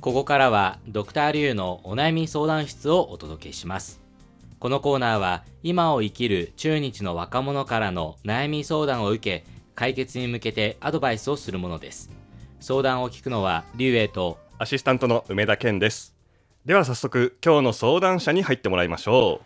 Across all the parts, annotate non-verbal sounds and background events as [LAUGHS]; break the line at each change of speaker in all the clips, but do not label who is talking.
ここからはドクターリュウのお悩み相談室をお届けしますこのコーナーは今を生きる中日の若者からの悩み相談を受け解決に向けてアドバイスをするものです相談を聞くのはリュウエイと
アシスタントの梅田健ですでは早速今日の相談者に入ってもらいましょ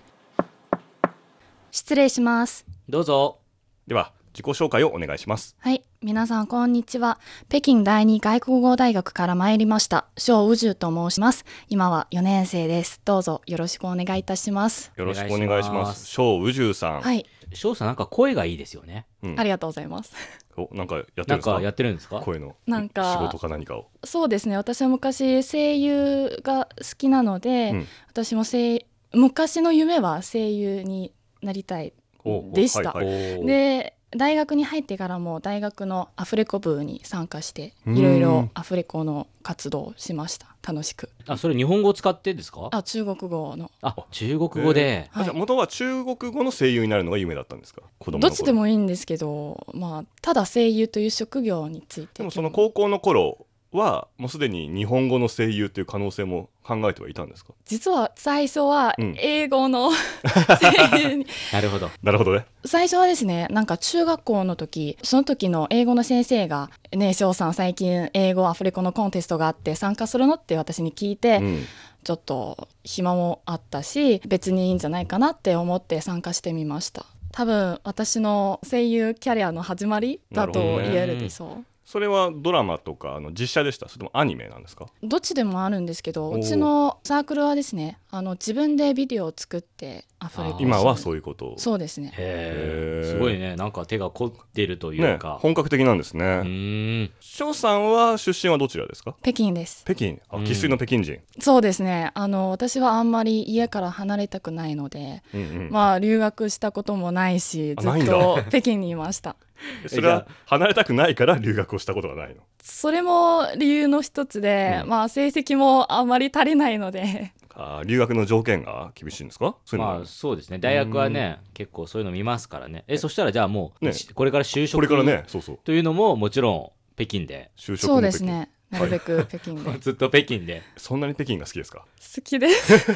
失礼します
どうぞ
うでは自己紹介をお願いします
はい皆さんこんにちは北京第二外国語大学から参りました小宇宙と申します今は4年生ですどうぞよろしくお願いいたします
よろしくお
お
願
願
い
い
し
し
ま
ますす
小宇宙さん、
はい、
翔さんなんか声がいいですよね
うん
ありがとうございます
おなんかやってるん
なん
ですか
かやってるんですか
声の
なんか
仕事か何かを
そうですね私は昔声優が好きなので、
うん
私も声昔の夢は声優になりたい
お
でした
はいはい
おー
で大学に入ってからも大学のアフレコ部に参加して
うん
いろいろアフレコの活動をしました楽しく
あそれ日本語を使ってですかあ
あ中国語の
中国語で、
あじゃあ
はい
元は中国語の声優になるのが夢だったんですか子供の
ど
頃
っちでもいいんですけど、まあ、ただ声優という職業について
でもその高校の頃はもうすでに日本語の声優という可能性も考えてはいたんですか
実は最初は
うん
英
[LAUGHS]
語の、声優に
なるほど
なるほどね
最初はですねなんか中学校の時その時の英語の先生が「ねえ翔さん最近英語アフレコのコンテストがあって参加するの?」って私に聞いて、
うん
ちょっと暇もあったし別にいいんじゃないかなって思って参加してみました多分私の声優キャリアの始まりだと言えるでしょう
それはドラマとかあの実写でしたそれともアニメなんですか
どっちでもあるんですけど
おー
うちのサークルはですねあの自分でビデオを作ってアフレコ
あー
今は
う
そういうことを
そうですね
へ
へー
えすごいねなんか手が凝ってるという
ね
か、
本格的なんです
う
ね
ーん
翔さんは出身はどちらですか
北京です
北京あ
うん
生粋の北京人、
そうですねあの私はあんまり家から離れたくないので、
うんうん
まあ留学したこともないし
あ
ず
ないん
っ
だ
と [LAUGHS] 北京にいました
それは離れたくないから留学をしたことがないの
それも理由の一つで、
うん
まあ成績もあんまり足りないので
あー留学の条件が厳しいんですかそういうの
ま
も
あそうですね大学はね結構そういうの見ますからねえそしたらじゃあもう、
ね
しこれから就
こ
職
れからねそうそう
というのももちろん北京
[LAUGHS]
で
就職
そ
も
う
北
で
京
すねなるべ
[LAUGHS]
く北京で好
ずっと北京で
そんなに北京が好きですか
きです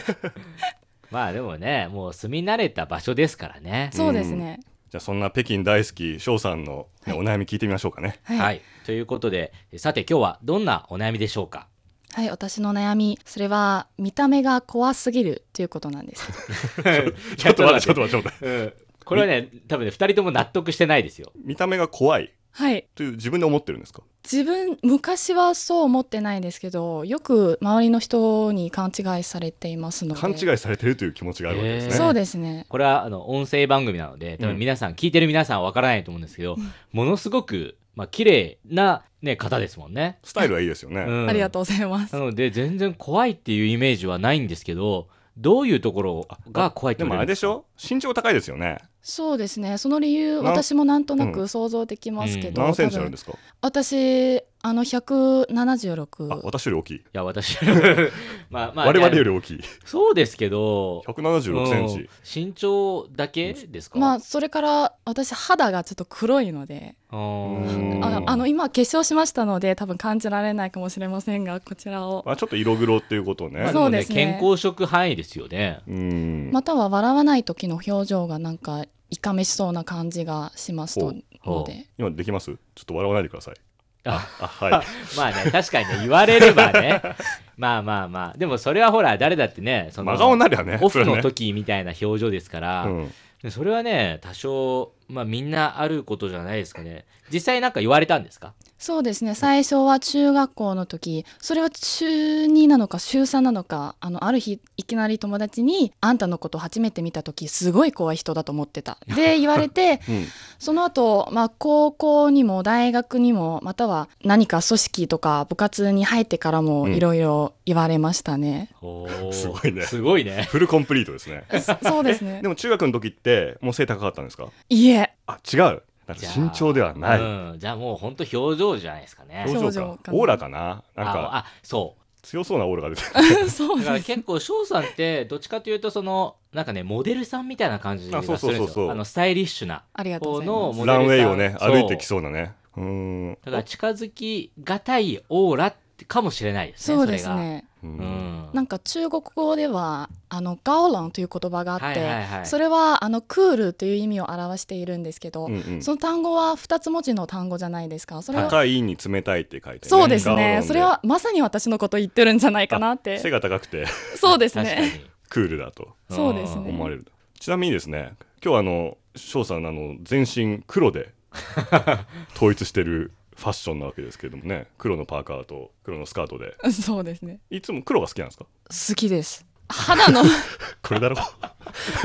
まあでもねもう住み慣れた場所ですからね、
そうですね
じゃあそんな北京大好き翔さんのね、
はい
お悩み聞いてみましょうかね
はい、
は
はい
いということでさて今日はどんなお悩みでしょうか
私の悩みそれは見た目が怖すぎるということなんですけど
[LAUGHS] ちょっと待って
い
ちょ
や
っと待ってちょっと待って
うんこれはね多分ね2人とも納得してないですよ
見た目が怖い
はい
という自分で思ってるんですか
自分昔はそう思ってないんですけどよく周りの人に勘違いされていますので
勘違いされてるという気持ちがあるわけですね、
えー
そうですね
これはあの音声番組なので多
うん
分皆さん、聞いてる皆さんはわからないと思うんですけど、ものすごくまあ綺麗なね方ですもんね。
スタイルはいいですよね、
うん
ありがとうございます
なので全然怖いっていうイメージはないんですけどどういうところが怖いって
で
言
も
わ
あ
れるん
れ
で
ですしょ身長高いですよね
そうですねその理由
な
私もなんとなく想像できますけど、
何センチあるんですか
多分私あの
あ
176
私より大きい、
いや私
[LAUGHS]
まあまあ
我々よ
り
り大きい
そうですけど
176センチ、
うん身長だけですか
まあそれから私肌がちょっと黒いので
あー
ああの今化粧しましたので多分感じられないかもしれませんがこちらを
まあ、ちょっと色黒っていうことね
まあ
そう
も
ですね
健康食範囲ですよね
うん
または笑わない時の表情がなんかいかめしそうな感じがします
ほ
と
う
ほう
ので
今できますちょっと笑わないでください
あ
あはい
まあね確かにね言われれば
[LAUGHS]
ねまあまあまあでもそれはほら誰だってねその
真顔になりゃね
オ
そ
フ
れは
の
ね
時みたいな表情ですから、
うん
でそれはね多少、まあ、みんなあることじゃないですかね実際なんか言われたんですか
そうですね最初は中学校の時それは中2なのか中3なのかあのある日いきなり友達に「あんたのこと初めて見た時すごい怖い人だと
[LAUGHS]
思ってた」で言われて
うん
その後、まあ高校にも大学にもまたは何か組織とか部活に入ってからも
うん
いろいろ言われまし
[LAUGHS]
たね。
すごいね
すごいね
フルコンプリートですね
そそうですね
でも中学の時ってもう背高かったんですか
いえ [LAUGHS]
あ違うなんか身長 [LAUGHS] ではな
じゃあ,、
い
うん、じゃあもう本当表情じゃないですかね
表
表
情
情
か
かな
オーラかななん
あ
か
あそう
強そうなオーラが出て
そう
だか
で
[LAUGHS] ら
す
結構翔さんってどっちかというとそのなんかねモデルさんみたいな感じが
あ
す
そ
る
うん
です
そ
よ
うそうそう
あのスタイリッシュな
ありがとうご
方
ざいま
の
す
モデルさん
ランウェイをね
そう
歩いてきそうなねうーん
だから近づきがたいオーラっかもしれないですね。
そうです
れが
ね
う
うんん。
なんか中国語ではあのガオランという言葉があって、
はいはいはい
それはあのクールという意味を表しているんですけど、
うんうん
その単語は二つ文字の単語じゃないですかそれは、
高いに冷たいって書いてあるね
そうですね
顔
それはまさに私のこと言ってるんじゃないかなっ
で背
て
が高くて
そうです
確か
ね
に。
クールだと
そうですね
思われる、ちなみにですね今日あの翔さんあの全身黒
[LAUGHS]
で統一してるファッションなわけですけれどもね黒のパーカーと黒のスカートで
[LAUGHS] そうですね
いつも黒が好きなんですか
好きです肌
[LAUGHS]
の
これだろ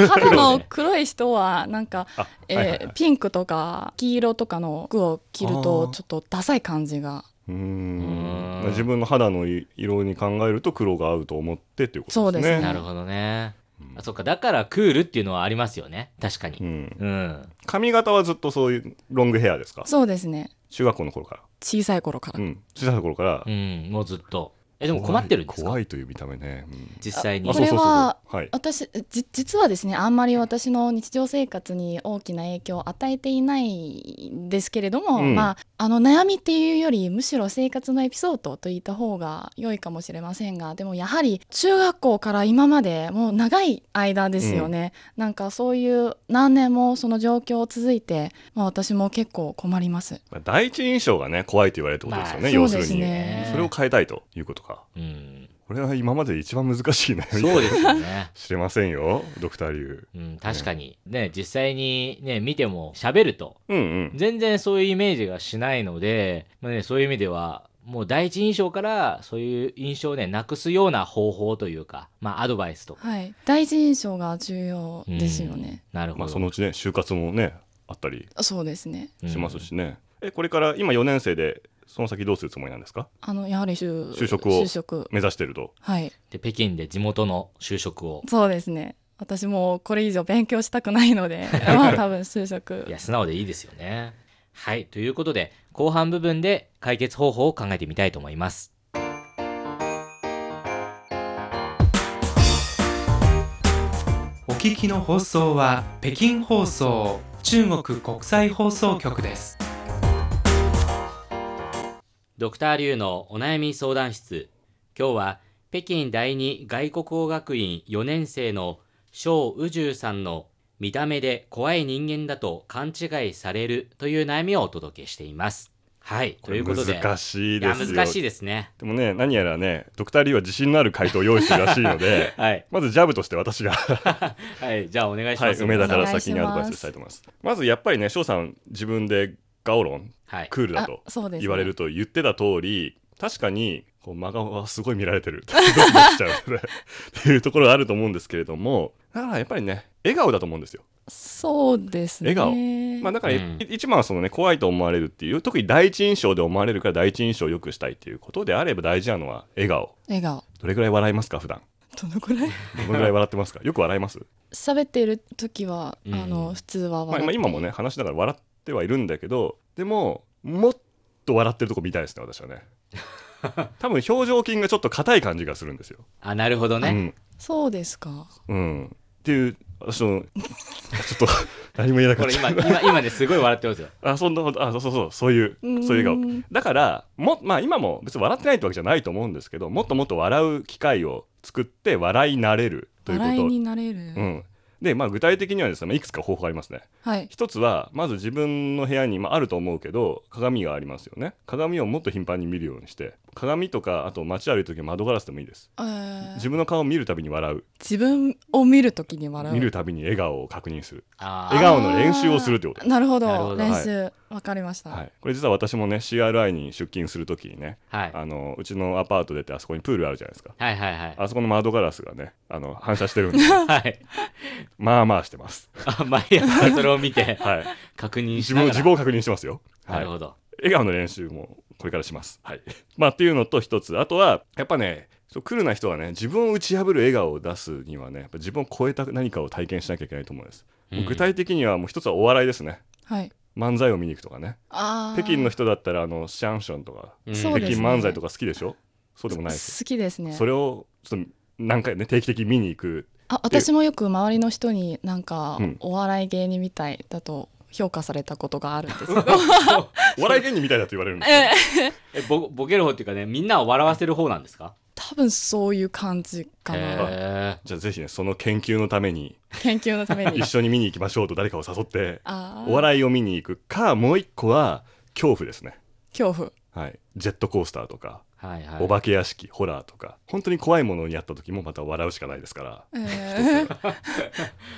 肌の黒い人はなんか、
あ
えー
はいはいはい
ピンクとか黄色とかの服を着る
あ
と
ー
ちょっとダサい感じが
[LAUGHS] うー
うん
ん自分の肌の色に考えると黒が合うと思ってということですね
そうですね
なるほどね。
うん
あそっかだからクールっていうのはありますよね確か
う
に。
ん、
うん。
髪型はずっとそういうロングヘアですか
そうですね
中学校の頃か
小さい頃から
ら、うん、小さい頃から、
うん。もうずっと。えでも困ってるんですか
怖い怖いという見た目ね、うん
実際に
あ。そうそうそうそう
これは
はい
私じ実はですねあんまり私の日常生活に大きな影響を与えていないんですけれど
う
も、
ん
まあ、あの悩みっていうよりむしろ生活のエピソードと言った方が良いかもしれませんがでもやはり中学校から今までもう長い間ですよね、なんかそういう何年もその状況続いて、まあ、私も結構困ります。
まあ、第一印象がね怖いと言われるってことですよね、
まあ
要する
そうです
に
ね
それを変えたいということか
うん。
これは今まで一番難しい悩み
そうですよね。
知れませんよドクターリュウ
うん、確かにね実際にね見ても喋ると
うんうん
全然そういうイメージがしないので、まあね、そういう意味ではもう第一印象からそういう印象をねなくすような方法というか、まあ、アドバイスとか
はい、第一印象が重要ですよね。
うんなるほど、
まあそのうちね就活もねあったり
そうですね。
しますしね、えこれから今4年生でその先どうするつもりなんですか
あのやはり就
就職を
就職
目指してると
はい。
で北京で地元の就職を
そうですね。私もうこれ以上勉強したくない
[LAUGHS]
ので、まあ多分就職
い。や素直でいいですよねはいということで後半部分で解決方法を考えてみたいと思います
お聞きの放送は北京放送中国国際放送局です。
ドクターリュウのお悩み相談室今日は北京第二外国語学院4年生の小宇宙さんの見た目で怖い人間だと勘違いされるという悩みをお届けしていますはいということで
難
し
しい
い
で
や
すよ
難しいですね
でもね何やらねドクターリュウは自信のある回答を用意してるらしい
[LAUGHS]
ので
はい
まずジャブとして私が
はいじゃあお願いし
は
ま
い、
す、
梅田か
お
ら
願いします
先にアドバイスしたいと思います。まずやっぱりね、翔さん、自分でガオロン、
はい
クールだと
あそうですね
言われると言ってた通り、確かにこう真顔はすごい見られてる、 [LAUGHS] ドキドキしちゃうね [LAUGHS] っていうところがあると思うんですけれども、だからやっぱりね、笑顔だと思うんですよ。
そうですね。
笑まあ、だから、
うん
い一番はその、ね、怖いと思われるっていう、特に第一印象で思われるから、第一印象を良くしたいっていうことであれば、大事なのは笑顔。
笑顔。
どれぐらい笑いますか、普段
どの
[LAUGHS]
くらい
どのぐらい笑ってます
[LAUGHS]
か、よく笑います
喋っている時は、
うん
あの普通は
まあ、
笑っ
まあ
て
今もね話しながら笑ってはいるんだけどでももっと笑ってるとこ見たいですね私はね
[LAUGHS]
多分表情筋がちょっと硬い感じがするんですよ、
あなるほどね、
そうですか。
うん、うん、っていう私のちょっと [LAUGHS] 何も言えなか
こ
っ
れ
た [LAUGHS]
今今今ねすごい笑ってますよ
あそんなことあそうそうそうそういう
うん
そういう笑顔だからも、まあ、今も別に笑ってないってわけじゃないと思うんですけどもっともっと笑う機会を作って笑い慣れるということ
笑いになれる。
うん、で、まあ、具体的にはですねまあいくつか方法がありますね
はい。
一つはまず自分の部屋に、まあ、あると思うけど鏡がありますよね鏡をもっと頻繁に見るようにして鏡とかあと街歩いてる時は窓ガラスでもいいです
えー
自分の顔を見るたびに笑う
自分を見るときに笑う。
見るたびに笑顔を確認する
あー
笑顔の練習をするってこと
なるほ
なるほど
ど。練習わ、かりました。
はい、これ実は私もね CRI に出勤する時にね
はい
あのうちのアパート出てあそこにプールあるじゃないですか
はいはいはい
あそこの窓ガラスがねあの反射し
[LAUGHS]
てるんで
はい
まあまあしてます
あ毎朝それを見て
はい
確認し
自
ながら
分を自分を確認してますよ
な
はい
るほど、
笑顔の練習もこれからします。はい。 [LAUGHS] まあっていうのと一つ。あとは、やっぱね、そうクールな人はね、自分を打ち破る笑顔を出すにはね、やっぱ自分を超えた何かを体験しなきゃいけないと思うんです。もう具体的にはもう一つはお笑いですね。
はい。
漫才を見に行くとかね。
ああ。
北京の人だったら、あの、シャンシャンとか、
うん
そう
北
です
京
ね
漫才とか好きでしょそうでもないです。
好きですね。
それを、ちょっと何回ね、定期的に見に行く。
あ私もよく周りの人になんか
うん
お笑い芸人みたいだと評価されたことがあるんですけど
お笑い芸人みたいだと言われるんですよ
ええ
えボボケる方っていうかねみんなを笑わせる方なんですか
[LAUGHS] 多分そういう感じかな
へ
じゃあぜひねその研究のために
研究のために
一緒に見に行きましょうと誰かを誘って
あー
お笑いを見に行くかもう一個は恐怖ですね、
恐怖
はい、ジェットコースターとか、
ーはいはい
お化け屋敷ホラーとか本当に怖いものにあった時もまた笑うしかないですから
[LAUGHS] えー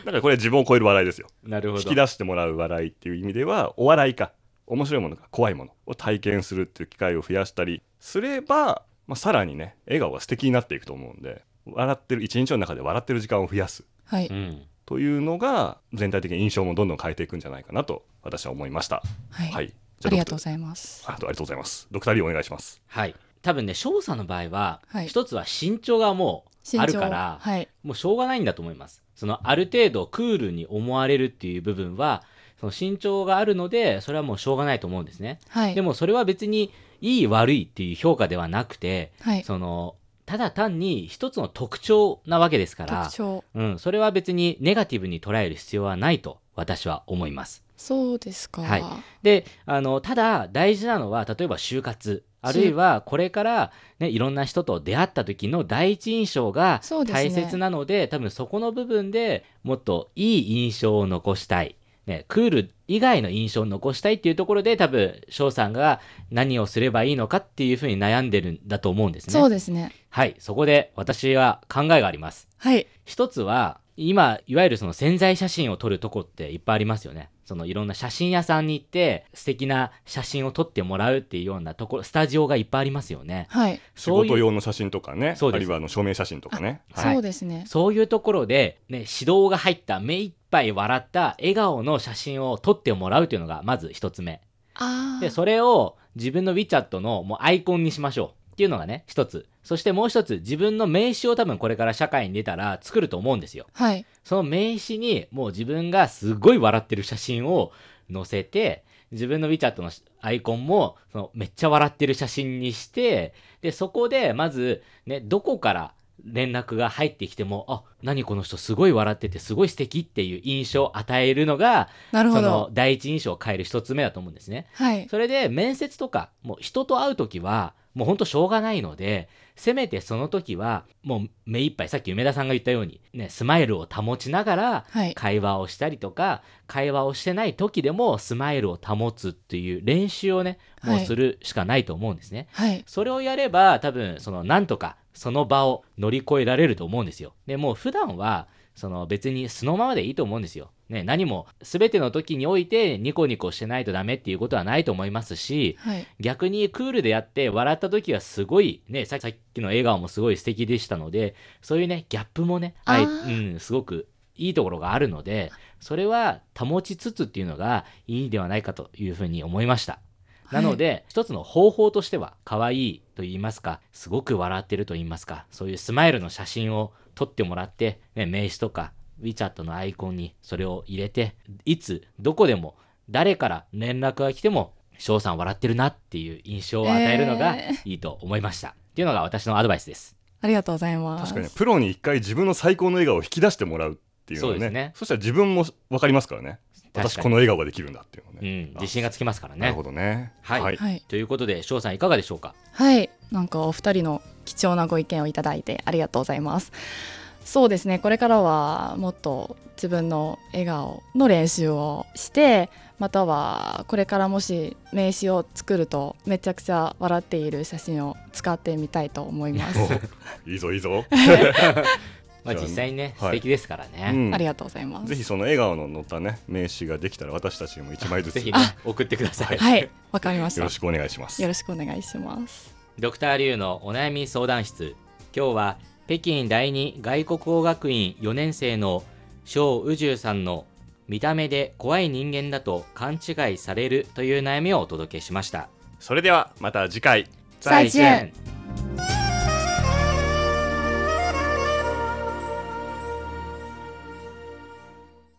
だからこれ自分を超える笑いですよ
なるほど
引き出してもらう笑いっていう意味ではお笑いか面白いものか怖いものを体験するっていう機会を増やしたりすれば、まあ、さらにね笑顔は素敵になっていくと思うんで笑ってる一日の中で笑ってる時間を増やす
は
う
い
ん
というのが全体的に印象もどんどん変えていくんじゃないかなと私は思いました。
はい、
はい、
ありがとうご
ざい
ざいます
ます。ありがとうございます。ドクターリーお願いします。
はい多分ね翔さんの場合は、
はい
一つは身長がもう
身
ある
長
から、
はい
もうしょうがないんだと思いますそのある程度クールに思われるっていう部分はその身長があるのでそれはもうしょうがないと思うんですね
はい
でもそれは別にいい悪いっていう評価ではなくて
はい
そのただ単に一つの特徴なわけですから
特徴
うん、それは別にネガティブに捉える必要はないと私は思います。
そうですか
はいであのただ大事なのは例えば就活あるいはこれから、ね、いろんな人と出会った時の第一印象が
そうですね
大切なので多分そこの部分でもっといい印象を残したい、ね、クール以外の印象を残したいっていうところで多分翔さんが何をすればいいのかっていうふうに悩んでるんだと思うんですね。
そうですね
はいそこで私は考えがあります。
はい
一つは今いわゆるその潜在写真を撮るとこっていっぱいありますよねそのいろんな写真屋さんに行って素敵な写真を撮ってもらうっていうようなところスタジオがいっぱいありますよね
はい
仕
そう
事
いう
用の写真とかね、あ
そうです
るいはあの証明写真とかね。
はい
そうですね
そういうところで、ね、指導が入った目いっぱい笑った笑顔の写真を撮ってもらうというのがまず一つ目
あ
で
あ
それを自分の WeChat のもうアイコンにしましょうっていうのがね一つそしてもう一つ自分の名刺を多分これから社会に出たら作ると思うんですよ
はい
その名刺にもう自分がすごい笑ってる写真を載せて、自分の WeChat のアイコンもそのめっちゃ笑ってる写真にして、で、そこでまずね、どこから連絡が入ってきても、あ、何この人すごい笑っててすごい素敵っていう印象を与えるのが、
なる
そ
ほ
の
ど
第一印象を変える一つ目だと思うんですね。
はい
それで面接とか、もう人と会うときは、もうほんとしょうがないので、せめてその時は、もう目いっぱい、さっき梅田さんが言ったように、ね、スマイルを保ちながら、
はい
会話をしたりとか、会話をしてない時でもスマイルを保つっていう練習をね、もう
はい
するしかないと思うんですね。
はい
それをやれば多分そのなんとかその場を乗り越えられると思うんですよ。でもう普段はその別にそのままでいいと思うんですよ。ね、何も全ての時においてニコニコしてないとダメっていうことはないと思いますし
はい
逆にクールでやって笑った時はすごいねささっきの笑顔もすごい素敵でしたのでそういうねギャップもねあい
あー
うん、すごくいいところがあるのでそれは保ちつつっていうのがいいではないかというふうに思いました。なので、一つの方法としては、可愛いと言いますか、すごく笑ってると言いますか、そういうスマイルの写真を撮ってもらって、ね、名刺とか、WeChat のアイコンにそれを入れて、いつ、どこでも、誰から連絡が来ても、翔さん笑ってるなっていう印象を与えるのが
え
いいと思いました。っていうのが私のアドバイスです。
ありがとうございます
確かにプロに一回自分の最高の笑顔を引き出してもらうっていうのは
そうで
ね。
すね
そしたら自分も分かりますからね。私
確かに
この笑顔ができるんだっていうの
う
ね。
ん、自信がつきますから
なる
ね
ほ。どね。
はい
はい
ということで、翔さんいかがでしょうか
はい、なんかお二人の貴重なご意見をいただいてありがとうございます。そうですね、これからはもっと自分の笑顔の練習をして、またはこれからもし名刺を作るとめちゃくちゃ笑っている写真を使ってみたいと思います。 [LAUGHS]
いいぞいい
[LAUGHS]
ぞ。
まあ
じゃあ
実際にね、
はい
素敵ですからね。
うん
ありがとうございます。
ぜひその笑顔の乗ったね名刺ができたら私たちにも一枚ず
[LAUGHS]
つ
ぜひ
よ
ね、送ってください。
はい、わかりました。
ろしくお願いします。
よろしくお願いします。
ドクターリュウのお悩み相談室今日は北京第二外国語学院4年生の小宇宙さんの見た目で怖い人間だと勘違いされるという悩みをお届けしました
それではまた次回。
再见